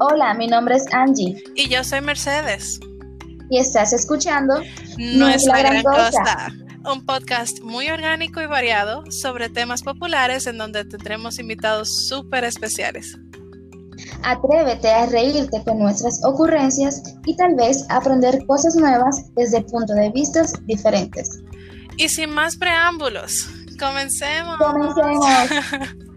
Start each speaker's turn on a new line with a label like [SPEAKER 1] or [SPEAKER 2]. [SPEAKER 1] Hola, mi nombre es Angie.
[SPEAKER 2] Y yo soy Mercedes.
[SPEAKER 1] Y estás escuchando
[SPEAKER 2] No es la gran cosa. Un podcast muy orgánico y variado sobre temas populares en donde tendremos invitados súper especiales.
[SPEAKER 1] Atrévete a reírte con nuestras ocurrencias y tal vez aprender cosas nuevas desde puntos de vista diferentes.
[SPEAKER 2] Y sin más preámbulos, comencemos.
[SPEAKER 1] Comencemos.